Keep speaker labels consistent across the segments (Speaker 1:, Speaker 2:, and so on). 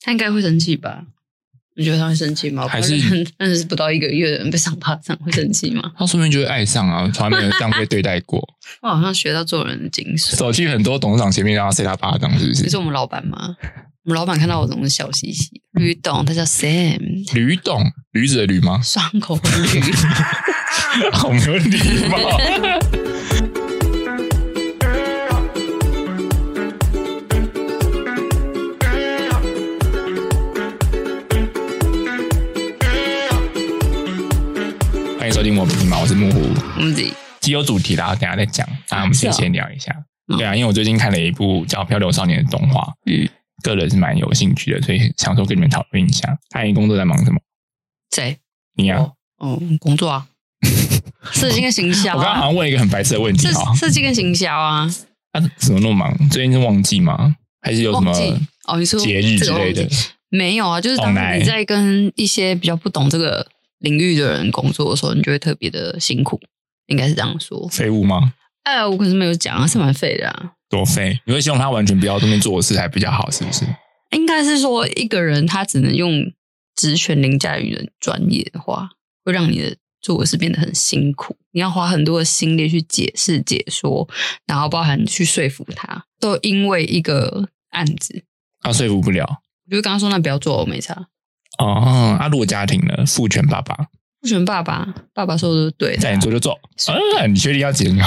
Speaker 1: 他应该会生气吧？你觉得他会生气吗？
Speaker 2: 还是
Speaker 1: 认识不到一个月的人被赏巴掌会生气吗？
Speaker 2: 他说不定就会爱上啊，从来没有这样被对待 过。
Speaker 1: 我好像学到做人的精髓。
Speaker 2: 走去很多董事长前面让他塞他巴掌，是不
Speaker 1: 这
Speaker 2: 是？
Speaker 1: 是我们老板吗？我们老板看到我总是笑嘻嘻。吕董，他叫 Sam，？
Speaker 2: 吕董，驴子的驴 吗
Speaker 1: 双口驴。
Speaker 2: 好哦没有礼貌。欢迎收听我不听嘛，我是木虎。
Speaker 1: 我们自己
Speaker 2: 既有主题啦，等一下再讲。啊，我们
Speaker 1: 是
Speaker 2: 先
Speaker 1: 哦
Speaker 2: 先聊一下。
Speaker 1: 嗯
Speaker 2: 对啊，因为我最近看了一部叫《漂流少年》的动画，
Speaker 1: 嗯，
Speaker 2: 个人是蛮有兴趣的，所以想说跟你们讨论一下。阿姨工作在忙什么？
Speaker 1: 谁？
Speaker 2: 你啊？
Speaker 1: 哦哦，工作 啊，设计跟行销
Speaker 2: 我刚刚好
Speaker 1: 啊，
Speaker 2: 像问了一个很白痴的问题
Speaker 1: 设
Speaker 2: 哈，
Speaker 1: 设计跟行销啊，
Speaker 2: 他、啊、怎么那么忙？最近是旺季吗？还是有什么
Speaker 1: 忘记哦，你说
Speaker 2: 节日
Speaker 1: 这
Speaker 2: 之
Speaker 1: 个
Speaker 2: 类
Speaker 1: 忘记
Speaker 2: 的？
Speaker 1: 没有啊，就是当
Speaker 2: 往来
Speaker 1: 你在跟一些比较不懂这个领域的人工作的时候，你就会特别的辛苦，应该是这样说。
Speaker 2: 废物吗？
Speaker 1: 哎，我可是没有讲啊，是蛮废的啊。
Speaker 2: 多废！你会希望他完全不要这边做事还比较好，是不是？
Speaker 1: 应该是说一个人他只能用职权凌驾于人专业的话，会让你的做的事变得很辛苦。你要花很多的心力去解释、解说，然后包含去说服他，都因为一个案子。
Speaker 2: 他啊说服不了
Speaker 1: 我就刚刚说那不要做，我没差。
Speaker 2: 哦。啊，如果家庭呢？父权爸爸
Speaker 1: 不选爸爸，爸爸说的都对的
Speaker 2: 在你做就做，啊，你确定要剪吗？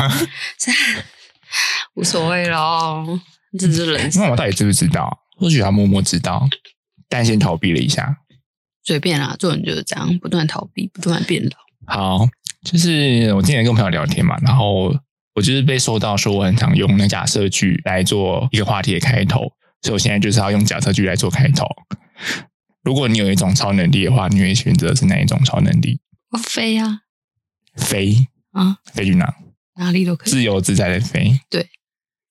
Speaker 1: 无所谓咯， 这就是人生
Speaker 2: 那我到底知不知道？或许他默默知道，但先逃避了一下。
Speaker 1: 随便啦，做人就是这样，不断逃避，不断变老。
Speaker 2: 好，就是我之前跟朋友聊天嘛，然后我就是被说到说我很常用那假设句来做一个话题的开头，所以我现在就是要用假设句来做开头。如果你有一种超能力的话，你会选择是哪一种超能力？
Speaker 1: 我飞呀、
Speaker 2: 飞
Speaker 1: 啊，
Speaker 2: 飞去哪？
Speaker 1: 哪里都可以。
Speaker 2: 自由自在的飞。
Speaker 1: 对，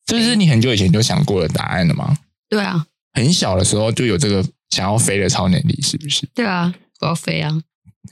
Speaker 2: 这是你很久以前就想过的答案了吗？
Speaker 1: 对啊，
Speaker 2: 很小的时候就有这个想要飞的超能力，是不是？
Speaker 1: 对啊，我要飞啊！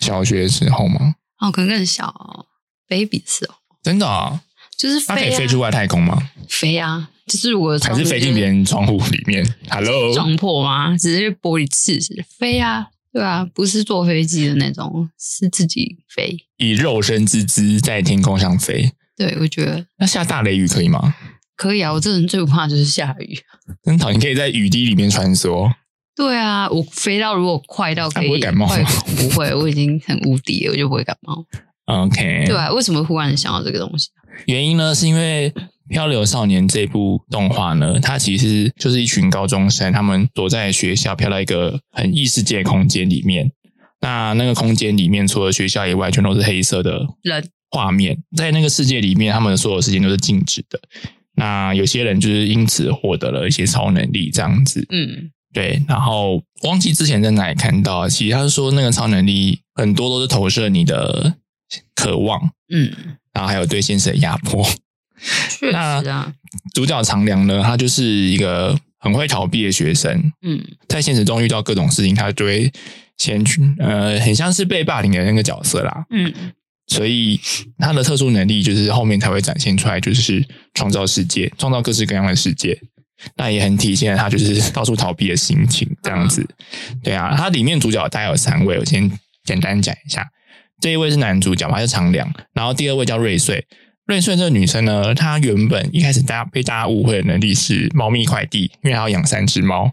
Speaker 2: 小学的时候吗？
Speaker 1: 哦，可能更小、哦、，baby 是哦，
Speaker 2: 真的啊、
Speaker 1: 就是
Speaker 2: 它可以
Speaker 1: 飞啊，
Speaker 2: 飞去外太空吗？
Speaker 1: 飞啊，就是我的
Speaker 2: 还
Speaker 1: 超能
Speaker 2: 是
Speaker 1: 力
Speaker 2: 飞进别人窗户里 面
Speaker 1: 就是
Speaker 2: ？Hello，
Speaker 1: 撞破吗？只是玻璃刺死飞啊，对啊，不是坐飞机的那种，是自己飞。
Speaker 2: 以肉身之姿在天空上飞。
Speaker 1: 对，我觉得
Speaker 2: 那下大雷雨可以吗？
Speaker 1: 可以啊。我这人最不怕就是下雨。
Speaker 2: 真讨厌，可以在雨滴里面穿梭。
Speaker 1: 对啊，我飞到如果快到可以
Speaker 2: 那不会感冒吗
Speaker 1: 快不会，我已经很无敌了，我就不会感冒。
Speaker 2: OK，
Speaker 1: 对啊，为什么忽然想到这个东西？
Speaker 2: 原因呢，是因为《漂流少年》这部动画呢，它其实就是一群高中生，他们躲在学校，飘到一个很异世界的空间里面。那那个空间里面，除了学校以外，全都是黑色的
Speaker 1: 人
Speaker 2: 画面。在那个世界里面，他们的所有事情都是静止的。那有些人就是因此获得了一些超能力，这样子。
Speaker 1: 嗯，
Speaker 2: 对，然后忘记之前在哪里看到，其实他是说那个超能力很多都是投射你的渴望，
Speaker 1: 嗯，
Speaker 2: 然后还有对现实的压迫。
Speaker 1: 确
Speaker 2: 那
Speaker 1: 实啊，
Speaker 2: 主角长良呢，他就是一个很会逃避的学生，
Speaker 1: 嗯，
Speaker 2: 在现实中遇到各种事情，他就会先去，呃，很像是被霸凌的那个角色啦。
Speaker 1: 嗯，
Speaker 2: 所以他的特殊能力就是后面才会展现出来，就是创造世界，创造各式各样的世界。那也很体现了他就是到处逃避的心情，这样子。对啊，它里面主角大概有三位，我先简单讲一下。这一位是男主角嘛，他是长良，然后第二位叫瑞穗。瑞穗这个女生呢，她原本一开始大家被大家误会的能力是猫咪快递，因为她要养三只猫，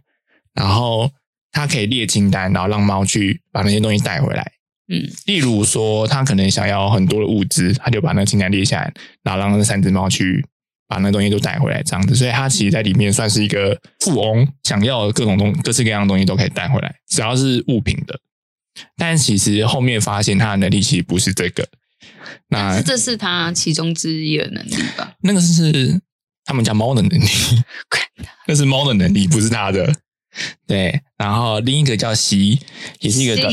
Speaker 2: 然后她可以列清单，然后让猫去把那些东西带回来。
Speaker 1: 嗯，
Speaker 2: 例如说，她可能想要很多的物资，她就把那个清单列下来，然后让那三只猫去把那东西都带回来，这样子。所以她其实在里面算是一个富翁，想要的各种东各式各样的东西都可以带回来，只要是物品的。但其实后面发现她的能力其实不是这个，
Speaker 1: 但
Speaker 2: 那
Speaker 1: 是这是他其中之一的能力吧？
Speaker 2: 那个是他们家猫的能力，那是猫的能力，不是他的。对，然后另一个叫西，也是一个短，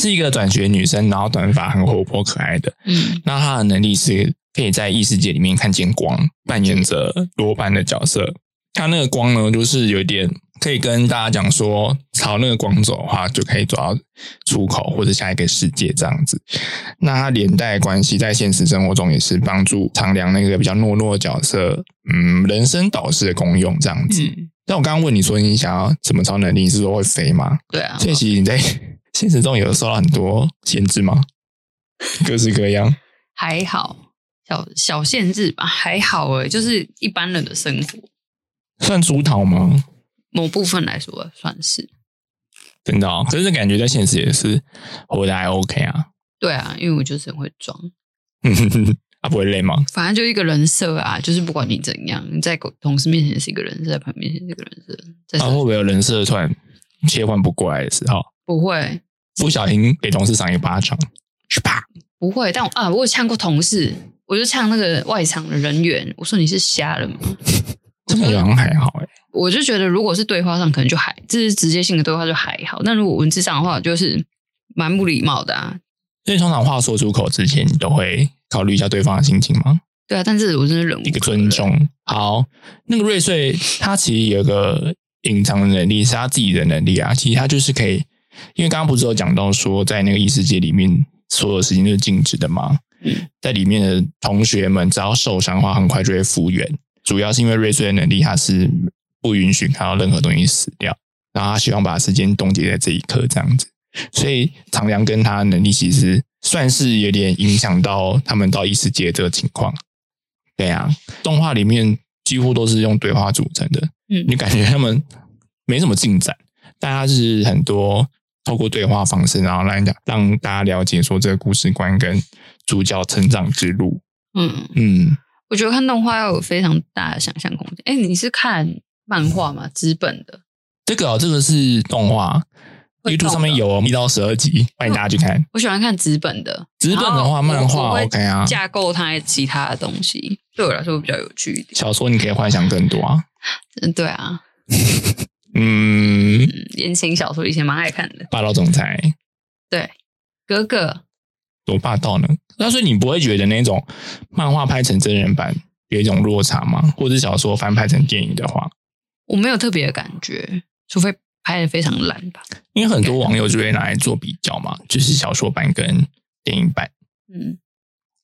Speaker 2: 是一个短学女生，然后短发，很活泼可爱的。
Speaker 1: 嗯，
Speaker 2: 那她的能力是可以在异世界里面看见光，扮演着罗班的角色。她那个光呢，就是有点可以跟大家讲说，朝那个光走的话，就可以走到出口或者下一个世界这样子。那她连带的关系在现实生活中也是帮助长良那个比较懦弱的角色，嗯，人生导师的功用这样子。
Speaker 1: 嗯，
Speaker 2: 但我刚刚问你说你想要什么超能力，你是说会飞吗？
Speaker 1: 对啊，
Speaker 2: 所以其实你在现实中有受到很多限制吗？各式各样。
Speaker 1: 还好，小小限制吧，还好诶、就是一般人的生活，
Speaker 2: 算出逃吗？
Speaker 1: 某部分来说算是。
Speaker 2: 真的、哦，可是感觉在现实也是活得还 OK 啊。
Speaker 1: 对啊，因为我就是很会装，
Speaker 2: 啊，不会累吗？
Speaker 1: 反正就一个人设啊，就是不管你怎样，你在同事面前是一个人设，在朋友面前是一个人设，在
Speaker 2: 啊，会不会有人设突然切换不过来的时候，
Speaker 1: 不会
Speaker 2: 不小心给同事赏一巴掌，是吧？
Speaker 1: 不会，但我啊，我有呛过同事，我就呛那个外场的人员，我说你是瞎了吗？
Speaker 2: 这个好像还好哎、
Speaker 1: 我就觉得如果是对话上可能就还，这是直接性的对话就还好，但如果文字上的话，就是蛮不礼貌的啊。
Speaker 2: 所以通常话说出口之前，你都会考虑一下对方的心情吗？
Speaker 1: 对啊，但是我真的忍无
Speaker 2: 一个
Speaker 1: 可
Speaker 2: 尊
Speaker 1: 忍。
Speaker 2: 重。好，那个瑞穗他其实有一个隐藏的能力，是他自己的能力啊。其实他就是可以，因为刚刚不是有讲到说，在那个异世界里面，所有事情都是静止的嘛。
Speaker 1: 嗯
Speaker 2: 在里面的同学们只要受伤的话，很快就会复原。主要是因为瑞穗的能力，他是不允许看到任何东西死掉，然后他希望把时间冻结在这一刻这样子。所以长良跟他的能力其实算是有点影响到他们到异世界这个情况。对啊，动画里面几乎都是用对话组成的，
Speaker 1: 嗯
Speaker 2: 你感觉他们没什么进展，但他是很多透过对话方式，然后让人家让大家了解说这个故事观跟主角成长之路。
Speaker 1: 嗯，
Speaker 2: 嗯，
Speaker 1: 我觉得看动画要有非常大的想象空间。哎，你是看漫画吗？纸本的？
Speaker 2: 这个、哦、这个是动画
Speaker 1: 会动的
Speaker 2: ，YouTube 上面有哦一到十二集，欢迎大家去看。
Speaker 1: 我喜欢看纸本的。
Speaker 2: 纸本的
Speaker 1: 然
Speaker 2: 话，
Speaker 1: 后
Speaker 2: 漫
Speaker 1: 哦我我
Speaker 2: 画
Speaker 1: 会
Speaker 2: OK 啊，
Speaker 1: 架构它其他的东西，对我来说比较有趣一点。
Speaker 2: 小说你可以幻想更多啊。
Speaker 1: 嗯，对啊，
Speaker 2: 嗯，
Speaker 1: 嗯，言情小说以前蛮爱看的。
Speaker 2: 霸道总裁
Speaker 1: 对，哥哥，
Speaker 2: 多霸道呢？那所以你不会觉得那种漫画拍成真人版有一种落差吗？或者是小说翻拍成电影的话，
Speaker 1: 我没有特别的感觉，除非拍的非常烂吧。
Speaker 2: 因为很多网友就会拿来做比较嘛，就是小说版跟电影版，
Speaker 1: 嗯，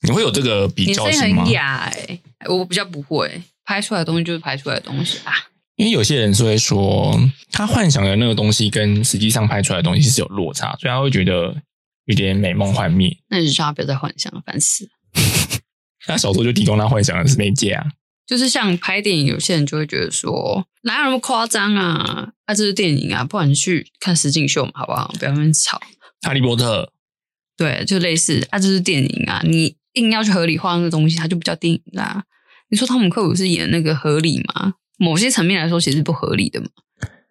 Speaker 2: 你会有这个比
Speaker 1: 你
Speaker 2: 较
Speaker 1: 声音
Speaker 2: 性吗
Speaker 1: 很？哑哎、我比较不会拍出来的东西就是拍出来的东西啊。
Speaker 2: 因为有些人是会说，他幻想的那个东西跟实际上拍出来的东西是有落差，所以他会觉得有点美梦幻灭。
Speaker 1: 那你就叫他不要再幻想了，烦死了。
Speaker 2: 那小说就提供他幻想的是媒介啊，
Speaker 1: 就是像拍电影，有些人就会觉得说，哪有那么夸张啊？啊，这是电影啊，不然你去看实境秀嘛，好不好？不要在那边吵。
Speaker 2: 《哈利波特》
Speaker 1: 对，就类似啊，这是电影啊，你硬要去合理化那个东西，它就不叫电影啦。你说汤姆克鲁斯演那个合理吗？某些层面来说，其实不合理的嘛，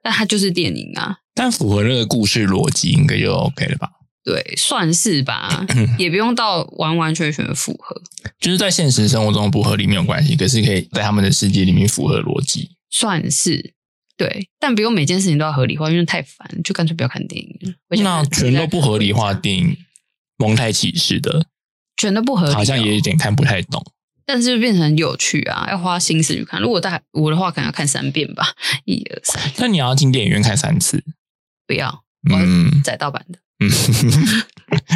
Speaker 1: 但它就是电影啊，
Speaker 2: 但符合那个故事逻辑，应该就 OK 了吧？
Speaker 1: 对，算是 吧，也不用到完完全全的符合，
Speaker 2: 就是在现实生活中不合理没有关系，可是可以在他们的世界里面符合逻辑。
Speaker 1: 算是对，但不用每件事情都要合理化，因为太烦，就干脆不要看电影了。我想
Speaker 2: 那
Speaker 1: 看
Speaker 2: 全都不合理化的电影，蒙太奇式的，
Speaker 1: 全都不合理哦、
Speaker 2: 好像也有点看不太懂。
Speaker 1: 但是就变成有趣啊，要花心思去看。如果大我的话，可能要看三遍吧，一二三，
Speaker 2: 那你要进电影院看三次，
Speaker 1: 不要，我要
Speaker 2: 嗯
Speaker 1: 载盗版的。
Speaker 2: 嗯，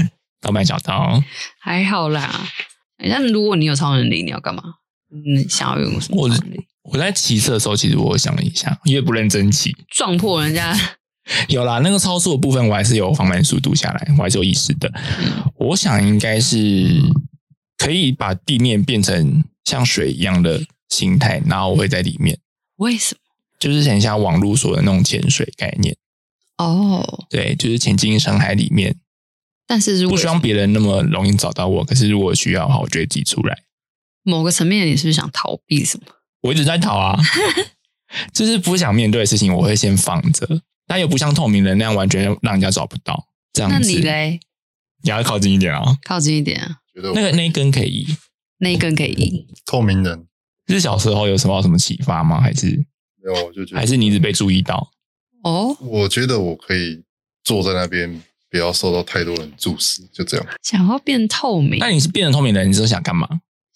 Speaker 2: 老板小刀，
Speaker 1: 还好啦。欸但如果你有超能力，你要干嘛？你想要用什么
Speaker 2: 我
Speaker 1: 超能力？
Speaker 2: 我在骑车的时候，其实我有想了一下，因为不认真骑，
Speaker 1: 撞破人家？
Speaker 2: 有啦，那个超速的部分我还是有放慢速度下来，我还是有意识的。
Speaker 1: 嗯
Speaker 2: 我想应该是可以把地面变成像水一样的形态，然后我会在里面。
Speaker 1: 为什么？
Speaker 2: 就是很像网络所的那种潜水概念，
Speaker 1: 哦，
Speaker 2: 对，就是潜进深海里面，
Speaker 1: 但是如
Speaker 2: 不
Speaker 1: 果
Speaker 2: 希望别人那么容易找到我。可是如果需要的话，我就会自己出来。
Speaker 1: 某个层面，你是不是想逃避什么？
Speaker 2: 我一直在 逃啊，就是不想面对的事情，我会先放着。但又不像透明人那样完全让人家找不到，这
Speaker 1: 那
Speaker 2: 样子
Speaker 1: 你嘞？
Speaker 2: 也要靠近一点啊。
Speaker 1: 靠近一点啊，
Speaker 3: 觉得
Speaker 2: 那个那一根可以移，
Speaker 1: 那一根可以赢。
Speaker 3: 透明人
Speaker 2: 是小时候有什么什么启发吗？还是
Speaker 3: 没有，我就觉得
Speaker 2: 还是你一直被注意到？
Speaker 1: 哦，
Speaker 3: 我觉得我可以坐在那边，不要受到太多人注视，就这样。
Speaker 1: 想要变透明，
Speaker 2: 那你是变成透明人，你是想干嘛？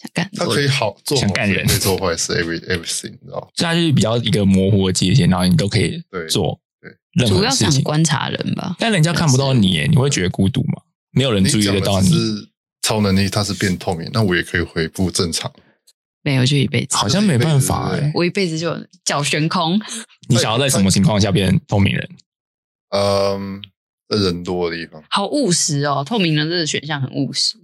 Speaker 1: 想干
Speaker 3: 他可以好做好
Speaker 2: 想干
Speaker 3: 事
Speaker 2: 人
Speaker 3: 可以做坏事，every everything，你知道？
Speaker 2: 所以它就是比较一个模糊的界限，然后你都可以
Speaker 3: 对
Speaker 2: 做
Speaker 3: 对
Speaker 2: 任
Speaker 1: 主
Speaker 2: 何
Speaker 1: 要
Speaker 2: 事
Speaker 1: 想
Speaker 2: 情。
Speaker 1: 观察人吧？
Speaker 2: 但人家看不到你耶，你会觉得孤独吗？没有人注
Speaker 3: 你
Speaker 2: 意
Speaker 3: 讲
Speaker 2: 得
Speaker 3: 的
Speaker 2: 到
Speaker 3: 只
Speaker 2: 你，
Speaker 3: 是超能力，它是变透明，那我也可以恢复正常。
Speaker 1: 没有就一辈子，
Speaker 2: 好像没办法哎、
Speaker 1: 我一辈子就脚悬空，
Speaker 2: 你想要在什么情况下变透明人？
Speaker 3: 嗯，在人多的地方，
Speaker 1: 好务实哦。透明人这个选项很务实，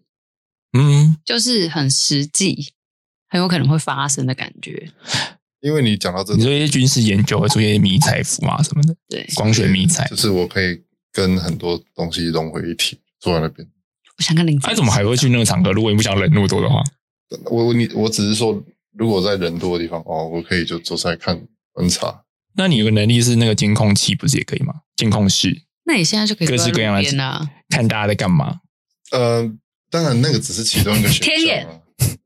Speaker 2: 嗯，
Speaker 1: 就是很实际，很有可能会发生的感觉。
Speaker 3: 因为你讲到这
Speaker 2: 你，说一些军事研究会出现迷彩服啊嘛什么的，
Speaker 1: 对，
Speaker 2: 光学迷彩
Speaker 3: 就，是我可以跟很多东西融为一体，坐在那边。
Speaker 1: 我想跟林
Speaker 2: 哎、怎么还会去那个场合？如果你不想人那么多的话，
Speaker 3: 我我你我只是说，如果在人多的地方，哦，我可以就坐下来看观察。
Speaker 2: 那你有个能力是那个监控器，不是也可以吗？监控室
Speaker 1: 那你现在就可以
Speaker 2: 各式各样的
Speaker 1: 边啊，
Speaker 2: 看大家在干嘛，
Speaker 3: 呃，当然那个只是其中一个选
Speaker 1: 天
Speaker 3: 项、啊
Speaker 1: 眼，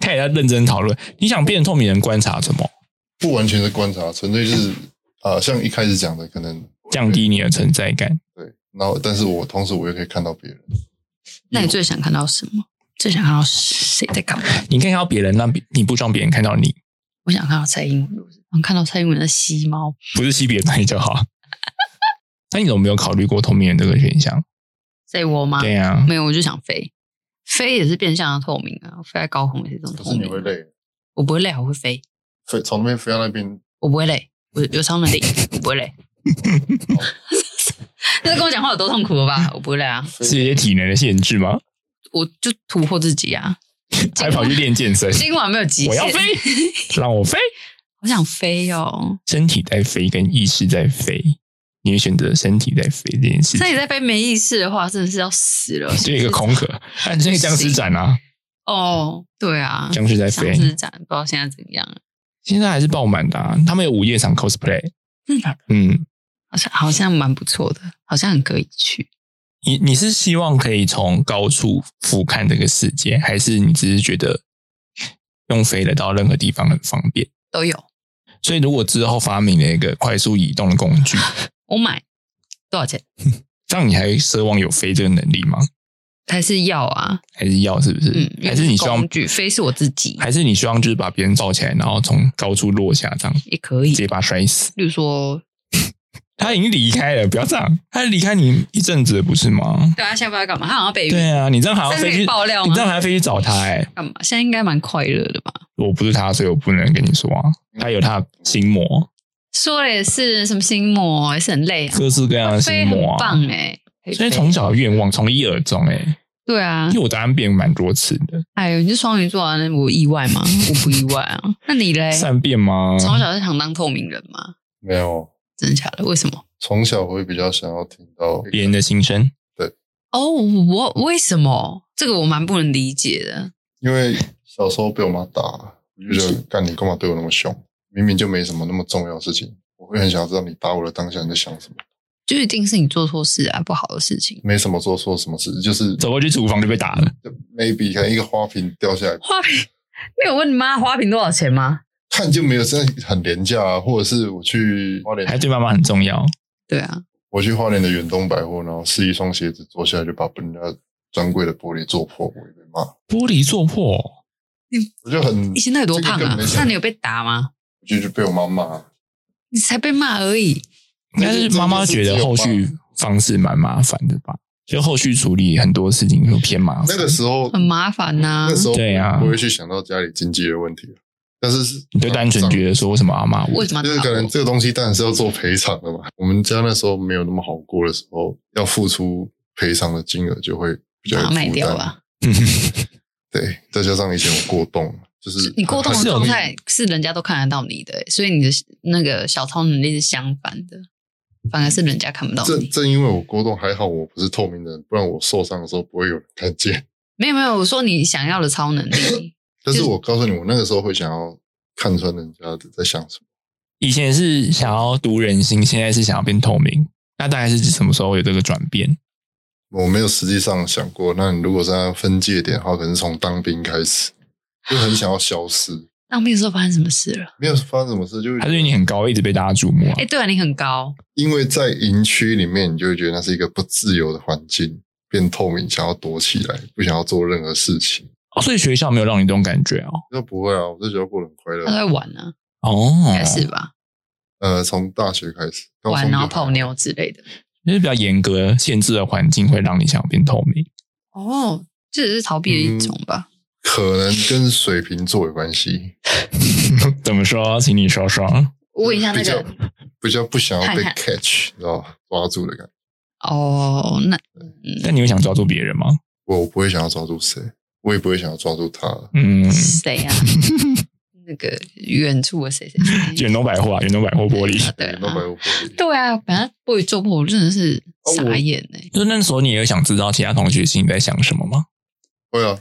Speaker 2: 看也在认真讨论。你想变透明人，观察什么？
Speaker 3: 不完全是观察，纯粹是呃，像一开始讲的，可能
Speaker 2: 降低你的存在感。
Speaker 3: 对，然后但是我同时我又可以看到别人，
Speaker 1: 那你最想看到什么？最想看到谁在干嘛？
Speaker 2: 你可以看到别人，让别你不希望别人看到你，
Speaker 1: 我想看到蔡英文，我想看到蔡英文的吸猫。
Speaker 2: 不是吸别人那里就好。那你怎么没有考虑过透明人这个选项？
Speaker 1: 在我吗？
Speaker 2: 对呀、啊
Speaker 1: 没，有，我就想飞，飞也是变相的透明啊，飞在高空也是一种
Speaker 3: 可
Speaker 1: 透
Speaker 3: 是你
Speaker 1: 明。
Speaker 3: 会累，
Speaker 1: 我不会累，我会飞，
Speaker 3: 飞从那边飞到那边，
Speaker 1: 我不会累，我有超能力，我不会累。 那跟我讲话有多痛苦了吧？我不会累啊，
Speaker 2: 是一些体能的限 制吗？
Speaker 1: 我就突破自己啊！
Speaker 2: 还跑去练健身，
Speaker 1: 今晚没有极限，
Speaker 2: 我要飞，让我飞，
Speaker 1: 我想飞 哦。
Speaker 2: 身体在飞跟意识在飞，你会选择身体在飞这件事
Speaker 1: 所以
Speaker 2: 情，
Speaker 1: 在飞没意识的话，真的是要死了。
Speaker 2: 就有一个空壳，啊，你这个僵尸展啊，
Speaker 1: 哦，对啊，
Speaker 2: 僵尸在飞
Speaker 1: 僵，尸展不知道现在怎样了，
Speaker 2: 现在还是爆满的、啊，他们有午夜场 cosplay，
Speaker 1: 真的假的
Speaker 2: 嗯，
Speaker 1: 好像好像蛮不错的，好像很可以去。
Speaker 2: 你你是希望可以从高处俯瞰这个世界，还是你只是觉得用飞的到任何地方很方便？
Speaker 1: 都有，
Speaker 2: 所以如果之后发明了一个快速移动的工具，
Speaker 1: 我买多少钱？
Speaker 2: 这样你还奢望有飞这个能力吗？
Speaker 1: 还是要啊，
Speaker 2: 还是要是不是？
Speaker 1: 嗯，
Speaker 2: 还是你希望
Speaker 1: 工具飞是我自己
Speaker 2: 还是你希望就是把别人罩起来，然后从高处落下，这样
Speaker 1: 也可以
Speaker 2: 直，接把他摔死？
Speaker 1: 例如说，
Speaker 2: 他已经离开了，不要这样，他离开你一阵子了不是吗？
Speaker 1: 对啊，下班要干嘛？他好像被
Speaker 2: 对啊，你这样还要
Speaker 1: 这样
Speaker 2: 飞
Speaker 1: 可以
Speaker 2: 去
Speaker 1: 爆料吗
Speaker 2: 你这样还要飞去找他哎、
Speaker 1: 干嘛？现在应该蛮快乐的吧？
Speaker 2: 我不是他，所以我不能跟你说啊。他有他的心魔，
Speaker 1: 说了也是什么心魔，也是很累啊，
Speaker 2: 各式各样的
Speaker 1: 飞
Speaker 2: 心
Speaker 1: 很
Speaker 2: 魔啊。
Speaker 1: 棒哎、可以
Speaker 2: 所以
Speaker 1: 飞
Speaker 2: 从小的愿望从一而终哎、
Speaker 1: 对啊
Speaker 2: 因为，我答案变蛮多次的，
Speaker 1: 哎呦，你是双鱼座啊？那我意外吗？我不意外啊。 那你嘞？
Speaker 2: 善变吗？
Speaker 1: 从小就想当透明人吗？
Speaker 3: 没有，
Speaker 1: 真的假的？为什么？
Speaker 3: 从小我会比较想要听到
Speaker 2: 别人的心声，
Speaker 1: 哦，我为什么？这个我蛮不能理解的。
Speaker 3: 因为小时候被我妈打，我就觉
Speaker 2: 嗯
Speaker 3: 得干你干嘛对我那么凶？明明就没什么那么重要的事情，我会很想知道你打我的当下你在想什么。
Speaker 1: 就一定是你做错事啊，不好的事情。
Speaker 3: 没什么做错什么事，就是
Speaker 2: 走过去厨房就被打了。
Speaker 3: 就 maybe 可能一个花瓶掉下来，
Speaker 1: 花瓶，你有问你妈花瓶多少钱吗？
Speaker 3: 看就没有，真的很廉价、啊。或者是我去
Speaker 1: 嗯
Speaker 3: 花
Speaker 2: 还
Speaker 3: 莲，
Speaker 2: 对妈妈很重要，
Speaker 1: 对啊，
Speaker 3: 我去花莲的远东百货，然后试一双鞋子，坐下来就把人家专柜的玻璃坐破，我也被骂，
Speaker 2: 玻璃做破，
Speaker 3: 我就很
Speaker 1: 你现在有多胖
Speaker 3: 这个
Speaker 1: 啊
Speaker 3: 根本没？
Speaker 1: 那
Speaker 3: 想
Speaker 1: 你有被打吗？
Speaker 3: 就是被我妈骂。
Speaker 1: 你才被骂而已。
Speaker 2: 但是妈妈觉得后续方式蛮麻烦的吧？就后续处理很多事情会偏麻烦。
Speaker 3: 那个时候
Speaker 1: 很麻烦呐、
Speaker 3: 那时候
Speaker 2: 嗯对啊
Speaker 3: 不会去想到家里经济的问题，啊但是是
Speaker 2: 你就单纯觉得说为什么要骂我
Speaker 1: 为？什么
Speaker 3: 就
Speaker 1: 要
Speaker 3: 是
Speaker 1: 打
Speaker 3: 可能
Speaker 1: 我？
Speaker 3: 这个东西当然是要做赔偿的嘛。我们家那时候没有那么好过的时候，要付出赔偿的金额就会比较
Speaker 1: 把
Speaker 3: 有
Speaker 1: 它卖
Speaker 3: 负
Speaker 1: 掉啊
Speaker 3: 担
Speaker 1: 吧。
Speaker 3: 对，再加上以前我过动，就是
Speaker 1: 你过动的
Speaker 2: 是有
Speaker 1: 状态是人家都看得到你的、所以你的那个小超能力是相反的，反而是人家看不到
Speaker 3: 正
Speaker 1: 你。
Speaker 3: 正因为我过动，还好我不是透明人，不然我受伤的时候不会有人看见。
Speaker 1: 没有没有，我说你想要的超能力，
Speaker 3: 但是我告诉你，我那个时候会想要看穿人家在想什么。
Speaker 2: 以前是想要读人心，现在是想要变透明。那大概是指什么时候有这个转变？
Speaker 3: 我没有实际上想过。那你如果是要分界点的话，可能是从当兵开始，就很想要消失。
Speaker 1: 那我没有说发生什么事了。
Speaker 3: 没有发生什么事，就是
Speaker 2: 还是因为你很高，一直被大家瞩目啊
Speaker 1: 哎、？对啊，你很高，
Speaker 3: 因为在营区里面，你就会觉得那是一个不自由的环境，变透明，想要躲起来，不想要做任何事情。
Speaker 2: 哦，所以学校没有让你这种感觉哦。
Speaker 3: 那不会啊，我在学校过得很快
Speaker 1: 他
Speaker 3: 乐。
Speaker 1: 在玩呢、
Speaker 2: 哦，
Speaker 1: 啊，应该是吧？
Speaker 3: 呃，从大学开始，高中
Speaker 1: 玩
Speaker 3: 嗯就
Speaker 1: 然后
Speaker 3: 还
Speaker 1: 泡妞之类的。
Speaker 2: 就是比较严格限制的环境会让你想要变透明。
Speaker 3: 嗯
Speaker 1: 哦，这只是逃避的一种吧。
Speaker 3: 可能跟水瓶座有关系，
Speaker 2: 怎么说？请你说说。
Speaker 1: 我问一下那
Speaker 3: 比较
Speaker 1: 个
Speaker 3: 比较不想要被
Speaker 1: 看看
Speaker 3: catch，你知道吧？抓住的感觉。
Speaker 1: 哦，那
Speaker 3: 嗯
Speaker 2: 但你会想抓住别人吗？
Speaker 3: 我我不会想要抓住谁，我也不会想要抓住他。
Speaker 2: 嗯，
Speaker 1: 谁 呀、那个远处的谁谁谁？
Speaker 2: 远东百货啊，远东百货玻 璃。
Speaker 1: 啊对啊，
Speaker 3: 都白不玻璃哦
Speaker 1: 对啊，把他玻璃撞破，我真的是傻眼哎、
Speaker 2: 就是那时候你也想知道其他同学心里在想什么吗？
Speaker 3: 会啊，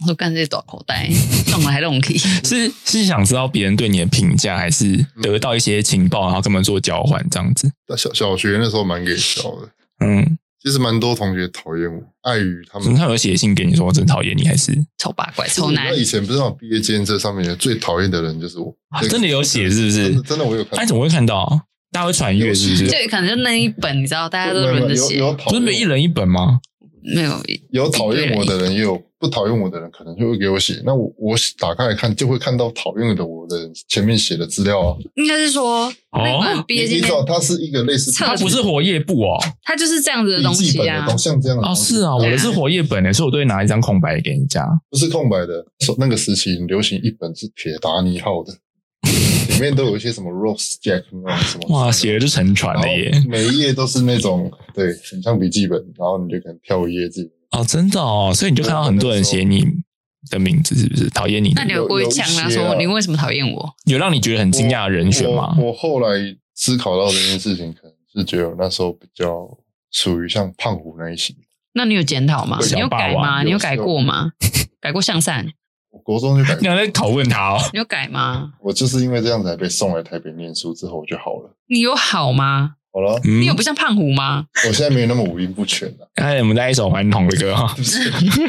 Speaker 1: 我说干这些短口袋，弄来弄去。
Speaker 2: 是是想知道别人对你的评价，还是得到一些情报，然后跟他们做交换这样子？
Speaker 3: 但小小学那时候蛮给笑的，
Speaker 2: 嗯，
Speaker 3: 其实蛮多同学讨厌我，碍于他
Speaker 2: 怎么
Speaker 3: 们。
Speaker 2: 他有写信给你说我真讨厌你，还是
Speaker 1: 丑八怪，
Speaker 3: 就
Speaker 1: 丑
Speaker 3: 是
Speaker 1: 男
Speaker 3: 那，以前不是那种毕业纪念册上面最讨厌的人就是我，
Speaker 2: 啊真的有写是不
Speaker 3: 真
Speaker 2: 是
Speaker 3: 的？真的我有
Speaker 2: 哎，
Speaker 3: 看
Speaker 2: 怎
Speaker 3: 到，
Speaker 2: 么会看到？大家会传阅是不是？
Speaker 1: 对，可能就那一本，你知道，大家都
Speaker 3: 有
Speaker 1: 轮着
Speaker 3: 有
Speaker 1: 写，
Speaker 3: 有讨
Speaker 2: 不是每一
Speaker 3: 厌我
Speaker 2: 人一本吗？
Speaker 1: 没有
Speaker 3: 有讨厌我的人，也有不讨厌我的人，可能就会给我写。那我我打开来看，就会看到讨厌的我的人前面写的资料啊。
Speaker 1: 应该是说那本
Speaker 2: 哦，
Speaker 1: 毕业
Speaker 3: 你
Speaker 1: 纪
Speaker 3: 你
Speaker 1: 念
Speaker 3: 知，道它是一个类似
Speaker 1: 它
Speaker 2: 不是活页簿哦，
Speaker 1: 它就是这样子的东
Speaker 3: 笔记
Speaker 1: 西
Speaker 3: 本
Speaker 1: 啊
Speaker 3: 的。东西，像这样的
Speaker 2: 哦
Speaker 3: 东西
Speaker 2: 是啊，我的是活页本诶，所以我都会拿一张空白给人家。
Speaker 3: 不是空白的。说那个时期流行一本是铁达尼号的，里面都有一些什么 Rose Jack 那种什么
Speaker 2: 哇，写了就沉船
Speaker 3: 然后
Speaker 2: 了耶！
Speaker 3: 每一页都是那种对，很像笔记本，然后你就可能挑一页自己。
Speaker 2: 哦，真的哦，所以你就看到很多人写你的名字，是不是讨厌你的
Speaker 1: 那你有故意呛他
Speaker 3: 有有一些
Speaker 1: 说
Speaker 3: 啊
Speaker 1: 你为什么讨厌我？
Speaker 2: 有让你觉得很惊讶的人选吗？
Speaker 3: 我我后来思考到这件事情，可能是觉得我那时候比较属于像胖虎那一型。
Speaker 1: 那你有检讨吗？
Speaker 2: 小
Speaker 1: 你有
Speaker 2: 霸王
Speaker 1: 改吗？
Speaker 3: 有
Speaker 1: 你有改过吗？改过向善？
Speaker 3: 我国中就感
Speaker 2: 你
Speaker 3: 觉，
Speaker 2: 还在拷问他哦？
Speaker 1: 你有改吗？
Speaker 3: 我就是因为这样才被送来台北念书，之后我就好了。
Speaker 1: 你有好吗？
Speaker 3: 好了，
Speaker 2: 嗯
Speaker 1: 你有不像胖虎吗？
Speaker 3: 我现在没有那么五音不全 了、
Speaker 2: 哎，我们在一哦首顽童的歌哈。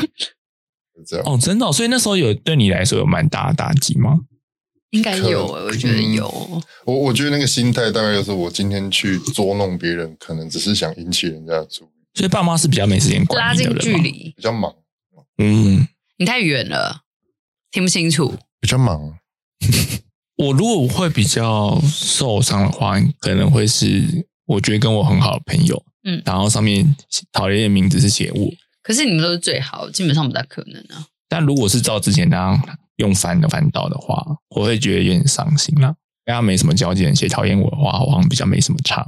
Speaker 3: 就这样。
Speaker 2: 哦，真的哦、所以那时候有对你来说有蛮大的打击吗？
Speaker 1: 应该有，
Speaker 3: 可
Speaker 1: 我觉得有。
Speaker 3: 我我觉得那个心态大概就是，我今天去捉弄别人，可能只是想引起人家的注意，
Speaker 2: 所以爸妈是比较没时间
Speaker 1: 拉
Speaker 2: 管你
Speaker 1: 近
Speaker 2: 的人
Speaker 1: 距
Speaker 2: 吗。
Speaker 1: 离，
Speaker 3: 比较忙，
Speaker 2: 嗯，
Speaker 1: 你太远了，听不清楚。
Speaker 3: 比较忙。
Speaker 2: 我如果会比较受伤的话，可能会是我觉得跟我很好的朋友，
Speaker 1: 嗯
Speaker 2: 然后上面讨厌的名字是写我，
Speaker 1: 可是你们都是最好，基本上不大可能啊。
Speaker 2: 但如果是照之前那样用翻的翻到的话，我会觉得有点伤心啦。跟他没什么交集，写讨厌我的话，我好像比较没什么差。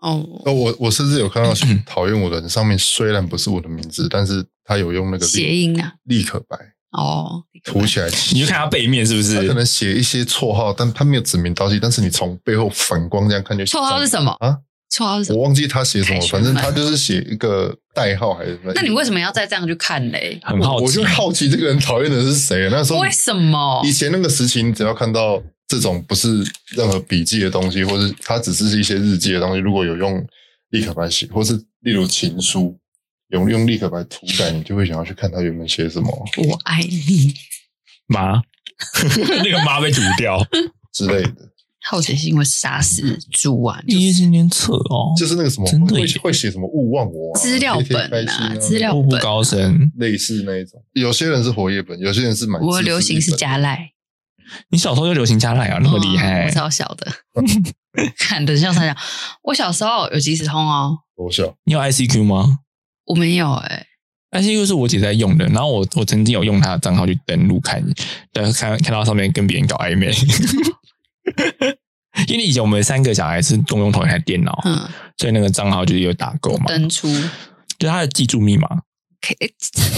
Speaker 1: 哦，
Speaker 3: 哦，我我甚至有看到
Speaker 2: 嗯
Speaker 3: 讨厌我的人上面虽然不是我的名字，但是他有用那个
Speaker 1: 谐音啊，
Speaker 3: 立可白
Speaker 1: 哦，
Speaker 3: 涂起来，
Speaker 2: 嗯你就看他嗯背面是不
Speaker 3: 他可
Speaker 2: 是？
Speaker 3: 能写一些绰号，但他没有指名道姓，但是你从背后反光这样看就
Speaker 1: 绰号是什么
Speaker 3: 啊？
Speaker 1: 绰号是什
Speaker 3: 我
Speaker 1: 么？
Speaker 3: 忘记他写什么
Speaker 1: 开，学
Speaker 3: 反正
Speaker 1: 了
Speaker 3: 他就是写一个代号还是什么。
Speaker 1: 那你为什么要再这样去看嘞？
Speaker 2: 很好奇，
Speaker 3: 我就好奇这个人讨厌的是谁。啊那时候
Speaker 1: 为什么
Speaker 3: 以？前那个时期，你只要看到这种不是任何笔记的东西，或是它只是一些日记的东西，如果有用立可白写，或是例如情书，用用立可白涂改，你就会想要去看他原本写什么
Speaker 1: 我爱你，
Speaker 2: 妈，那个妈被涂掉。
Speaker 3: 之类
Speaker 1: 嗯
Speaker 3: 的，
Speaker 1: 好奇心会杀死猪啊！
Speaker 2: 毕业纪念册哦，
Speaker 3: 就是那个什么
Speaker 2: 真的
Speaker 3: 会
Speaker 2: 耶
Speaker 3: 会写什么勿忘我、啊、
Speaker 1: 资料
Speaker 3: 天天
Speaker 1: 本
Speaker 3: 开心
Speaker 1: 啊，
Speaker 3: 啊，
Speaker 1: 资料
Speaker 2: 步步
Speaker 1: 本。
Speaker 2: 高升。
Speaker 3: 类似那一种。有些人是活页本，有些人是买
Speaker 1: 我
Speaker 3: 自制
Speaker 1: 流行是
Speaker 3: 本
Speaker 1: 加赖，
Speaker 2: 你小时候就流行加赖啊，那么厉
Speaker 1: 哦
Speaker 2: 害
Speaker 1: 我，超小的。 看的像他讲，我小时候有即时通哦，
Speaker 3: 多少？
Speaker 2: 你有 ICQ 吗
Speaker 1: 我没有哎，
Speaker 2: ？ICQ 是我姐在用的，然后我我曾经有用她的账号去登录看，但看看到上面跟别人搞暧昧。 因为以前我们三个小孩是共用同一台电脑，
Speaker 1: 嗯，
Speaker 2: 所以那个账号就是有打勾嘛，
Speaker 1: 登出，
Speaker 2: 就他的记住密码，
Speaker 1: 可以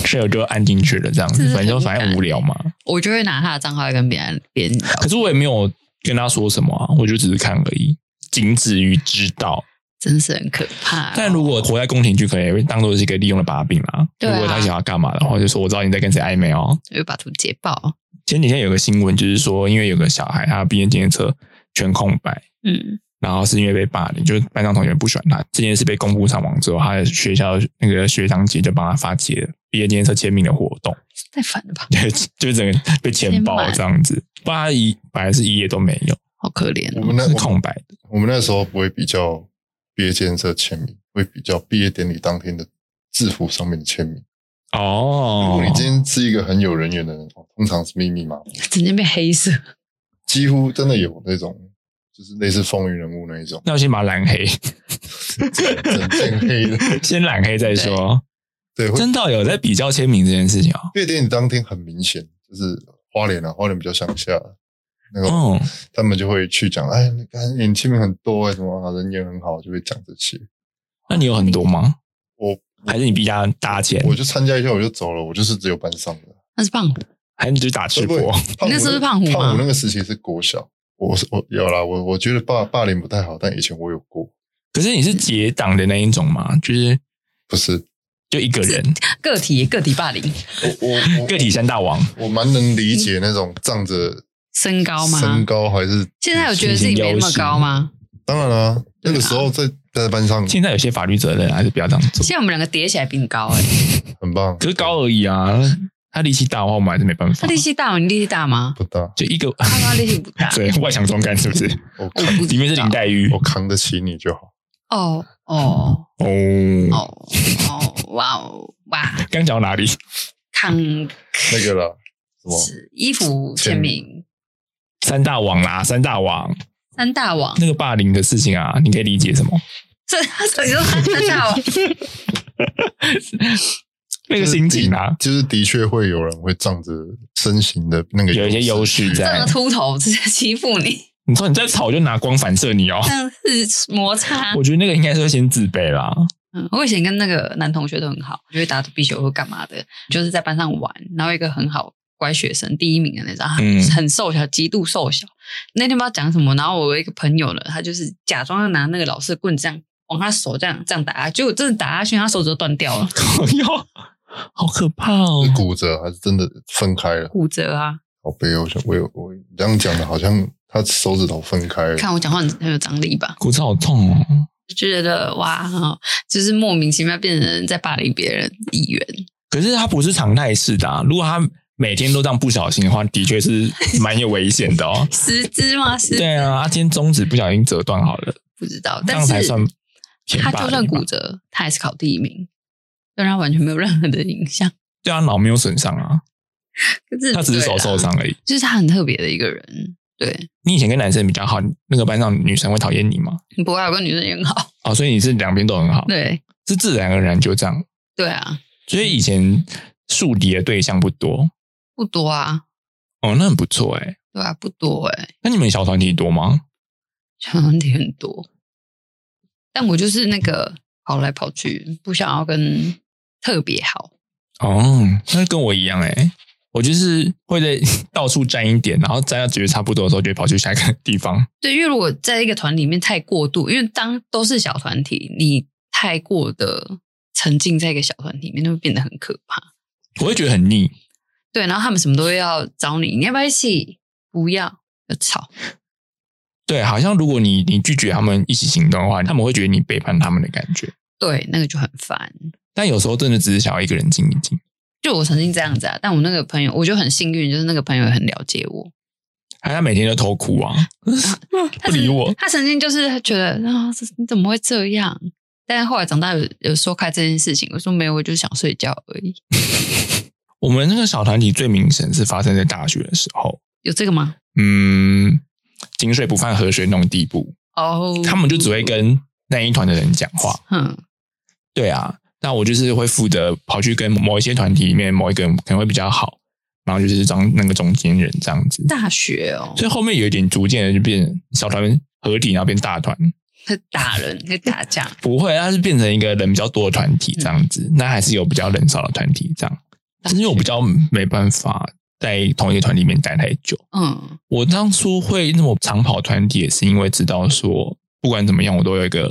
Speaker 2: 所以我就按进去了，这样
Speaker 1: 这
Speaker 2: 子，
Speaker 1: 是
Speaker 2: 反正
Speaker 1: 很
Speaker 2: 反正
Speaker 1: 感
Speaker 2: 无聊嘛。
Speaker 1: 我就会拿他的账号来跟别人别人聊，
Speaker 2: 可是我也没有跟他说什么啊，我就只是看而已，仅止于知道。
Speaker 1: 真是很可怕哦。
Speaker 2: 但如果活在宫廷剧，可能也会当做是一个利用的把柄啦。
Speaker 1: 对啊
Speaker 2: 如果他想要干嘛的话，就说我知道你在跟谁暧昧哦。
Speaker 1: 我就把图解爆，
Speaker 2: 前几天有个新闻，就是说因为有个小孩他毕业纪念册全空白，
Speaker 1: 嗯，
Speaker 2: 然后是因为被霸凌，就是班上同学不喜欢他。这件事被公布上网之后，他的学校那个学长姐就帮他发起了毕业纪念册签名的活动。
Speaker 1: 太烦了吧，
Speaker 2: 对，就是整个被钱包这样子，不然他一本来是一页都没有，
Speaker 1: 好可怜
Speaker 3: 我
Speaker 1: 哦。
Speaker 3: 们那
Speaker 2: 是
Speaker 3: 我们
Speaker 2: 空白的。
Speaker 3: 我们那时候不会比较毕业纪念册签名，会比较毕业典礼当天的制服上面的签名。如
Speaker 2: 哦
Speaker 3: 果你，今天是一个很有人缘的人，哦通常是密密麻麻，
Speaker 1: 整天变黑色，
Speaker 3: 几乎真的有那种，就是类似风云人物那一
Speaker 2: ，
Speaker 3: 种
Speaker 2: 那我先把它染黑，
Speaker 3: 整件黑的。
Speaker 2: 先染黑再说。
Speaker 3: 对，会
Speaker 2: 真的有在比较签名这件事情哦。
Speaker 3: 毕业典礼当天很明显，就是花莲啊，花莲比较乡下，那个、
Speaker 2: 嗯，
Speaker 3: 他们就会去讲，哎，你看你亲民很多哎、什么啊人也很好，就会讲这些。
Speaker 2: 那你有很多吗？
Speaker 3: 我
Speaker 2: 还是你逼他搭钱？
Speaker 3: 我就参加一下我就走了，我就是只有班上的。
Speaker 1: 那是胖虎，
Speaker 2: 还是你就是打赤
Speaker 3: 不
Speaker 2: 膊？
Speaker 3: 胖虎
Speaker 1: 那时候是胖虎吗
Speaker 3: 胖虎那个时期是国小，我是我有啦，我我觉得霸霸凌不太好，但以前我有过，
Speaker 2: 可是你是结党的那一种吗？就是
Speaker 3: 不是
Speaker 2: 就一个人
Speaker 1: 个体个体霸凌，
Speaker 3: 我我我
Speaker 2: 个体山大王，
Speaker 3: 我蛮能理解那种仗着
Speaker 1: 身高吗？
Speaker 3: 身高还是
Speaker 1: 现在有觉得啊自己没那么高吗？
Speaker 3: 当然啦、啊那个时候在在班上
Speaker 2: 现在有些法律责任还是不要这样做。
Speaker 1: 现在我们两个叠起来比你高哎、
Speaker 3: 很棒，
Speaker 2: 可是高而已啊，他力气大的话，我们还是没办法
Speaker 1: 他。力气大吗？你力气大吗？
Speaker 3: 不大，
Speaker 2: 就一个，
Speaker 1: 他说他力气不大
Speaker 2: 对啊外强中干是不是？
Speaker 3: 我
Speaker 1: 我
Speaker 3: 扛
Speaker 1: 不知
Speaker 2: 里面是林
Speaker 1: 道
Speaker 2: 黛玉
Speaker 3: 我扛得起你就好。
Speaker 1: 哦哦
Speaker 2: 哦。
Speaker 1: 哦哦哇哦哇，
Speaker 2: 刚讲到哪里？
Speaker 1: 康
Speaker 3: 那个啦，什么
Speaker 1: 衣服签名
Speaker 2: 三大王啦，三大王
Speaker 1: 三大王，
Speaker 2: 那个霸凌的事情啊，你可以理解什么？
Speaker 1: 这你说三大王，
Speaker 2: 那个心情啊，
Speaker 3: 就是的确会有人会仗着身形的那个
Speaker 2: 有一些优势
Speaker 3: 去
Speaker 1: 这
Speaker 2: 在
Speaker 1: 个。秃头直接欺负你，
Speaker 2: 你说你在吵，我就拿光反射你哦
Speaker 1: 这。样是摩擦。
Speaker 2: 我觉得那个应该是会先自卑 啦。
Speaker 1: 嗯，我以前跟那个男同学都很好，就会打躲避球或干嘛的，就是在班上玩。然后一个很好乖学生，第一名的那种，很、
Speaker 2: 嗯
Speaker 1: 很瘦小，极度瘦小。那天不知道讲什么，然后我有一个朋友呢，他就是假装要拿那个老师的棍子这样往他手这样这样打，结果真的打下去，他手指就断掉了，
Speaker 2: 哎呦，好可怕哦
Speaker 3: 是！骨折还是真的分开了？
Speaker 1: 骨折啊！
Speaker 3: 好悲哦，我想我有我你这样讲的，好像他手指头分开了。
Speaker 1: 看我讲话很很有张力吧？
Speaker 2: 骨折好痛哦。
Speaker 1: 就觉得哇、哦，就是莫名其妙变成在霸凌别人一员，。
Speaker 2: 可是它不是常态式的、啊，如果它每天都这样不小心的话，的确是蛮有危险的哦
Speaker 1: 十只吗？十
Speaker 2: 对啊，它今天中指不小心折断好了，
Speaker 1: 不知道，
Speaker 2: 这
Speaker 1: 但
Speaker 2: 样才
Speaker 1: 是
Speaker 2: 算偏
Speaker 1: 他
Speaker 2: 霸
Speaker 1: 就
Speaker 2: 凌
Speaker 1: 算
Speaker 2: 吧
Speaker 1: 骨折，他还是考第一名，对他完全没有任何的影响。
Speaker 2: 对啊，脑没有损伤啊，
Speaker 1: 可是
Speaker 2: 他只是
Speaker 1: 对啊啦
Speaker 2: 手受，伤而已。
Speaker 1: 就是他很特别的一个人。对，
Speaker 2: 你以前跟男生比较好，那个班上女生会讨厌你吗？
Speaker 1: 你不会有跟女生也很好。
Speaker 2: 哦，所以你是两边都很好，
Speaker 1: 对，
Speaker 2: 是自然而然就这样。
Speaker 1: 对啊，
Speaker 2: 所以以前树敌的对象不多，
Speaker 1: 不多啊，
Speaker 2: 哦，那很不错哎。
Speaker 1: 对啊，不多哎、欸，
Speaker 2: 那你们小团体多吗？
Speaker 1: 小团体很多。但我就是那个跑来跑去，不想要跟特别好。
Speaker 2: 哦，那跟我一样哎、我就是会在 到处站一点，然后站到觉得差不多的时候，就会跑去下一个地方。
Speaker 1: 对，因为如果在一个团里面太过度，因为当都是小团体，你太过的沉浸在一个小团体里面，就会变得很可怕。
Speaker 2: 我会觉得很腻。
Speaker 1: 对，然后他们什么都要找你，你要不要一起？不要，要吵。
Speaker 2: 对，啊好像如果你你拒绝他们一起行动的话，他们会觉得你背叛他们的感觉。
Speaker 1: 对，那个就很烦。
Speaker 2: 但有时候真的只是想要一个人静一静，
Speaker 1: 就我曾经这样子啊，但我那个朋友，我就很幸运，就是那个朋友也很了解我。
Speaker 2: 还他每天都偷哭啊，
Speaker 1: 他
Speaker 2: 不理
Speaker 1: 曾
Speaker 2: 我。
Speaker 1: 他曾经就是觉得啊，这你怎么会这样？但是后来长大有有说开这件事情，我说没有，我就想睡觉而已。
Speaker 2: 我们那个小团体最明显是发生在大学的时候，
Speaker 1: 有这个吗？
Speaker 2: 嗯，井水不犯河水那种地步，
Speaker 1: 哦、
Speaker 2: 他们就只会跟那一团的人讲话。
Speaker 1: 嗯
Speaker 2: 对啊，那我就是会负责跑去跟某一些团体里面某一个人可能会比较好，然后就是当那个中间人这样子。
Speaker 1: 大学哦，
Speaker 2: 所以后面有一点逐渐的就变小团合体，然后变大团。
Speaker 1: 会打人，会打架。
Speaker 2: 不会，它是变成一个人比较多的团体这样子，那还是有比较人少的团体这样。但是因为我比较没办法在同一个团体里面待太久，
Speaker 1: 嗯，
Speaker 2: 我当初会那么长跑团体，也是因为知道说，不管怎么样，我都有一个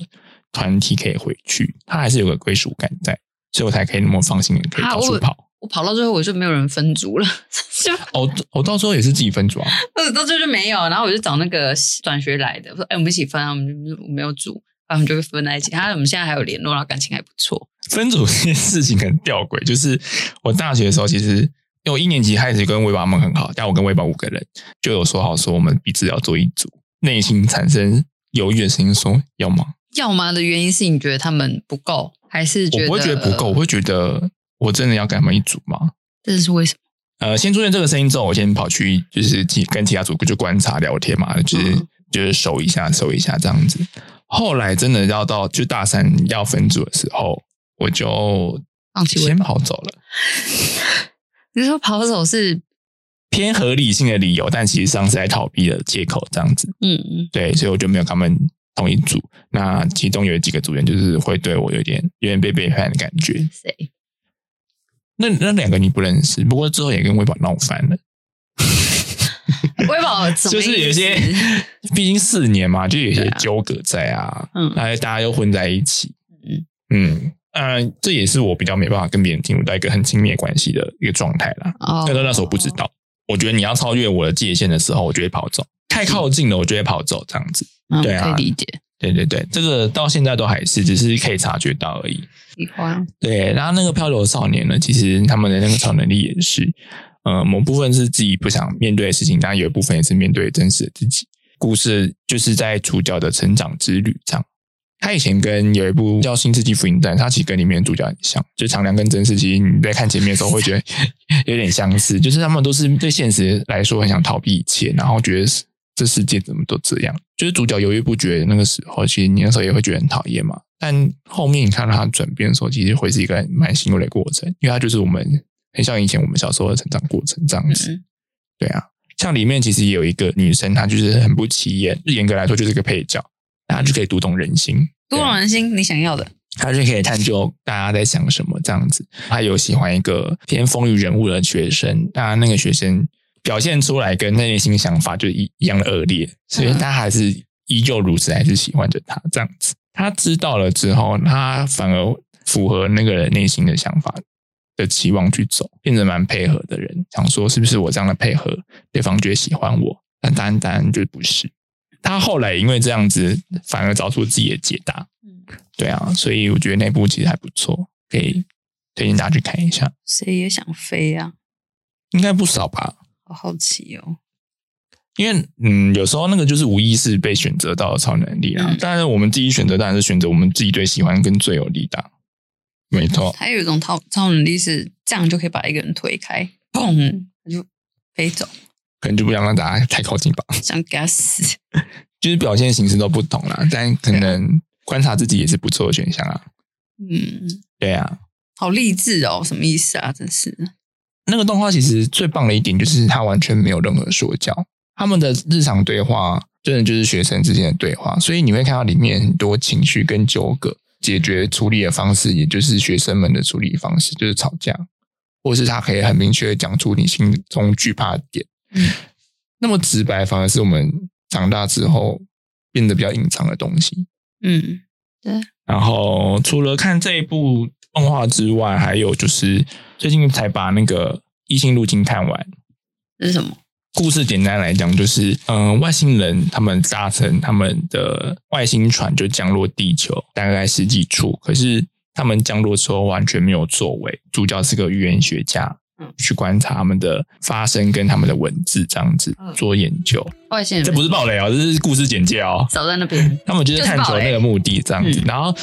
Speaker 2: 团体可以回去，它还是有个归属感在，所以我才可以那么放心的可以
Speaker 1: 啊
Speaker 2: 到处
Speaker 1: 我
Speaker 2: 跑。
Speaker 1: 我跑到最后我就没有人分组了， 就
Speaker 2: 哦，我到时候也是自己分组啊，
Speaker 1: 呃，到最后就没有。然后我就找那个转学来的，我说：“哎、我们一起分啊，我们就我没有组，然后我们就会分在一起。”他我们现在还有联络，然后感情还不错。
Speaker 2: 分组这件事情很吊诡，就是我大学的时候，其实因为我一年级开始跟威宝他们很好，但我跟威宝五个人就有说好说我们彼此要做一组，内心产生犹豫的声音说要吗？
Speaker 1: 要吗的原因是你觉得他们不够，还是觉得
Speaker 2: 我不会觉得不够，我？会觉得我真的要跟他们一组吗？
Speaker 1: 这是为什么？
Speaker 2: 呃，先出现这个声音之后，我先跑去就是其跟其他组就观察聊天嘛，就是、
Speaker 1: 嗯
Speaker 2: 就是熟一下熟一下这样子。后来真的要到就大三要分组的时候，我就
Speaker 1: 放弃我
Speaker 2: 先跑走了。
Speaker 1: 你说跑手是
Speaker 2: 偏合理性的理由，但其实上是在逃避的借口这样子。
Speaker 1: 嗯嗯
Speaker 2: 对，所以我就没有跟他们同一组。那其中有几个组员就是会对我有点有点被背叛的感觉。
Speaker 1: 谁？
Speaker 2: 那那两个你不认识，不过之后也跟微宝闹翻了。
Speaker 1: 微宝怎么
Speaker 2: 就
Speaker 1: 意思
Speaker 2: 是有些， 毕竟四年嘛，就有些纠葛在啊，
Speaker 1: 嗯
Speaker 2: 那、大家又混在一起，
Speaker 1: 嗯
Speaker 2: 嗯，呃，这也是我比较没办法跟别人进入到一个很亲密的关系的一个状态啦。
Speaker 1: 哦
Speaker 2: 但是那时候不知道，我觉得你要超越我的界限的时候，我就会跑走，太靠近了，我就会跑走，这样子。
Speaker 1: 嗯
Speaker 2: 对啊
Speaker 1: 可以理解。
Speaker 2: 对对对，这个到现在都还是，只是可以察觉到而已。
Speaker 1: 喜欢，
Speaker 2: 对，然后那个漂流少年呢，其实他们的那个超能力也是，呃，某部分是自己不想面对的事情，但有一部分也是面对真实的自己。故事就是在主角的成长之旅这样。他以前跟有一部叫《新世纪福音战》，他其实跟里面的主角很像，就长良跟真世纪，你在看前面的时候会觉得有点相似，就是他们都是对现实来说很想逃避一切，然后觉得这世界怎么都这样。就是主角犹豫不决的那个时候，其实你那时候也会觉得很讨厌嘛。但后面你看到他转变的时候，其实会是一个蛮辛苦的过程，因为他就是我们很像以前我们小时候的成长过程这样子。
Speaker 1: 嗯
Speaker 2: 对啊，像里面其实也有一个女生，她就是很不起眼，严格来说就是个配角，但她就可以读懂人心，
Speaker 1: 多
Speaker 2: 对啊
Speaker 1: 种人心，你想要的，
Speaker 2: 他就可以探究大家在想什么这样子。他有喜欢一个偏风云人物的学生，那那个学生表现出来跟他内心想法就一一样的恶劣，所以他还是依旧如此，还是喜欢着他这样子。他知道了之后，他反而符合那个人内心的想法的期望去走，变得蛮配合的人。想说是不是我这样的配合，对方觉得喜欢我？但答案答案就不是。他后来因为这样子，反而找出自己的解答。对啊，所以我觉得那部其实还不错，可以推荐大家去看一下，
Speaker 1: 谁也想飞啊，
Speaker 2: 应该不少吧。
Speaker 1: 好好奇哦。
Speaker 2: 因为嗯，有时候那个就是无意识被选择到的超能力啊
Speaker 1: 嗯。
Speaker 2: 当然，我们自己选择当然是选择我们自己最喜欢跟最有利的啊。没错，
Speaker 1: 还有一种超超能力是这样就可以把一个人推开，砰，他就飞走，
Speaker 2: 可能就不想让大家太靠近吧，
Speaker 1: 想给他死。
Speaker 2: 就是表现形式都不同啦。但可能观察自己也是不错的选项啊。
Speaker 1: 嗯，
Speaker 2: 对啊，
Speaker 1: 好励志哦，什么意思啊？真是的，
Speaker 2: 那个动画其实最棒的一点就是它完全没有任何说教，他们的日常对话真的就是学生之间的对话，所以你会看到里面很多情绪跟纠葛，解决处理的方式也就是学生们的处理方式，就是吵架，或是他可以很明确的讲出你心中惧怕的点。
Speaker 1: 嗯
Speaker 2: 那么直白反而是我们长大之后变得比较隐藏的东西。
Speaker 1: 嗯，
Speaker 2: 然后除了看这一部动画之外，还有就是最近才把那个《异性入侵》看完。
Speaker 1: 这是什么？
Speaker 2: 故事简单来讲，就是嗯、呃外星人他们搭乘他们的外星船就降落地球，大概十几处。可是他们降落之后完全没有作为。主角是个语言学家，
Speaker 1: 嗯
Speaker 2: 去观察他们的发声跟他们的文字，这样子
Speaker 1: 嗯
Speaker 2: 做研究。
Speaker 1: 外星人
Speaker 2: 这不是暴雷哦，这是故事简介哦。
Speaker 1: 早在那 边，
Speaker 2: 他们就是探求那个目的这样子
Speaker 1: 嗯。
Speaker 2: 然后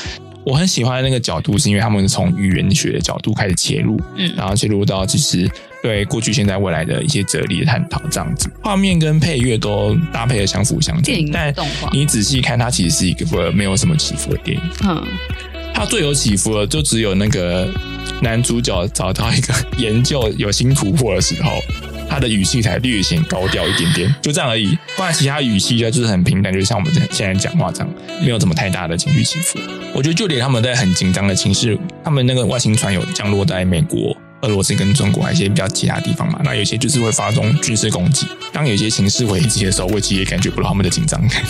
Speaker 2: 我很喜欢那个角度，是因为他们是从语言学的角度开始切入，
Speaker 1: 嗯
Speaker 2: 然后切入到就是对过去、现在、未来的一些哲理的探讨这样子。画面跟配乐都搭配的相辅相成
Speaker 1: 电，影
Speaker 2: 但
Speaker 1: 动画
Speaker 2: 你仔细看，它其实是一个没有什么起伏的电影。
Speaker 1: 嗯，
Speaker 2: 它最有起伏的就只有那个男主角找到一个研究有新突破的时候，他的语气才略显高调一点点，就这样而已。不然其他语气就是很平淡，就像我们现在讲话这样，没有什么太大的情绪起伏。我觉得就连他们在很紧张的情绪，他们那个外星船有降落在美国。俄罗斯跟中国还有一些比较其他地方嘛，那有些就是会发动军事攻击。当有些情势危机的时候，我其实也感觉不到他们的紧张感。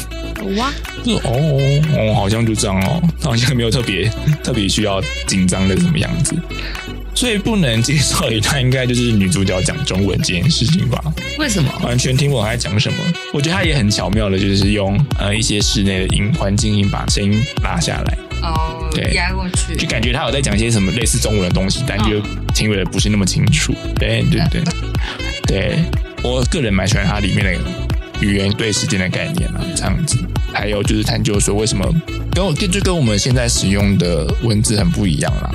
Speaker 1: 哇，
Speaker 2: 就哦哦哦，好像就这样哦，好像没有特别 特别需要紧张的什么样子。最不能接受一段应该就是女主角讲中文这件事情吧，
Speaker 1: 为什么？
Speaker 2: 完全听不懂她在讲什么。我觉得她也很巧妙的，就是用呃一些室内的音环境音把声音拉下来，
Speaker 1: 哦
Speaker 2: 对，
Speaker 1: 压过去
Speaker 2: 就感觉她有在讲一些什么类似中文的东西，但就
Speaker 1: 嗯
Speaker 2: 听得不是那么清楚。对对对，对我个人蛮喜欢它里面的语言对时间的概念啊，这样子。还有就是探究说为什么跟我就就跟我们现在使用的文字很不一样啦。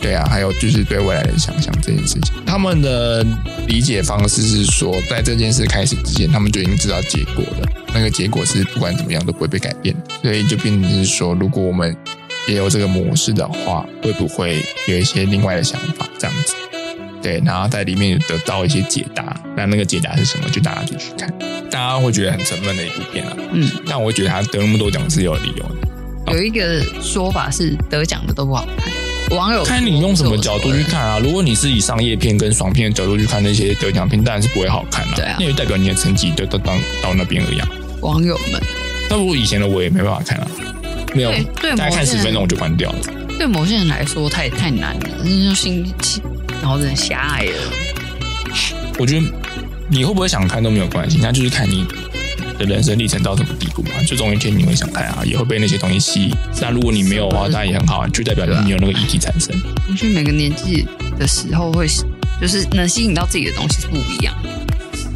Speaker 2: 对啊，还有就是对未来的想象这件事情，他们的理解方式是说，在这件事开始之前，他们就已经知道结果了。那个结果是不管怎么样都不会被改变，所以就变成是说，如果我们也有这个模式的话，会不会有一些另外的想法这样子？对，然后在里面得到一些解答。那那个解答是什么？就大家就去看，大家会觉得很沉闷的一部片啊。
Speaker 1: 嗯，
Speaker 2: 但我会觉得他得那么多奖是有理由的。
Speaker 1: 有一个说法是得奖的都不好看，网友
Speaker 2: 看你用什么角度去看啊？如果你是以商业片跟爽片的角度去看那些得奖片，当然是不会好看了、
Speaker 1: 对啊
Speaker 2: 那就代表你的成绩就到到到那边而已、啊。
Speaker 1: 网友们
Speaker 2: 那如果以前的我也没办法看了、没有
Speaker 1: 对，对
Speaker 2: 大概看
Speaker 1: 某些
Speaker 2: 十
Speaker 1: 人
Speaker 2: 分钟我就关掉了。
Speaker 1: 对某些人来说太太难了，那就心心脑子很狭隘了。
Speaker 2: 我觉得你会不会想看都没有关系，那就是看你的人生历程到什么地步嘛。最终有一天你会想看啊，也会被那些东西吸引。那如果你没有的话，那也很好，啊就代表你有那个议题产生。
Speaker 1: 我觉得每个年纪的时候会，就是能吸引到自己的东西是不一样的，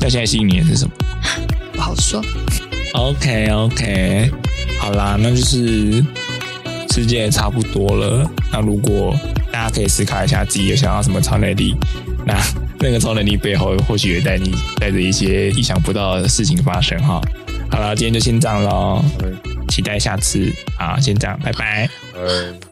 Speaker 2: 那现在吸引你的是什么
Speaker 1: 不好说。
Speaker 2: ？OK OK，好啦，那就是时间也差不多了。那如果大家可以思考一下自己有想要什么超能力，那那个超能力背后或许也带你带着一些意想不到的事情发生哈。好了，今天就先这样喽。
Speaker 3: 哎
Speaker 2: 期待下次啊，先这样，拜拜。
Speaker 3: 哎。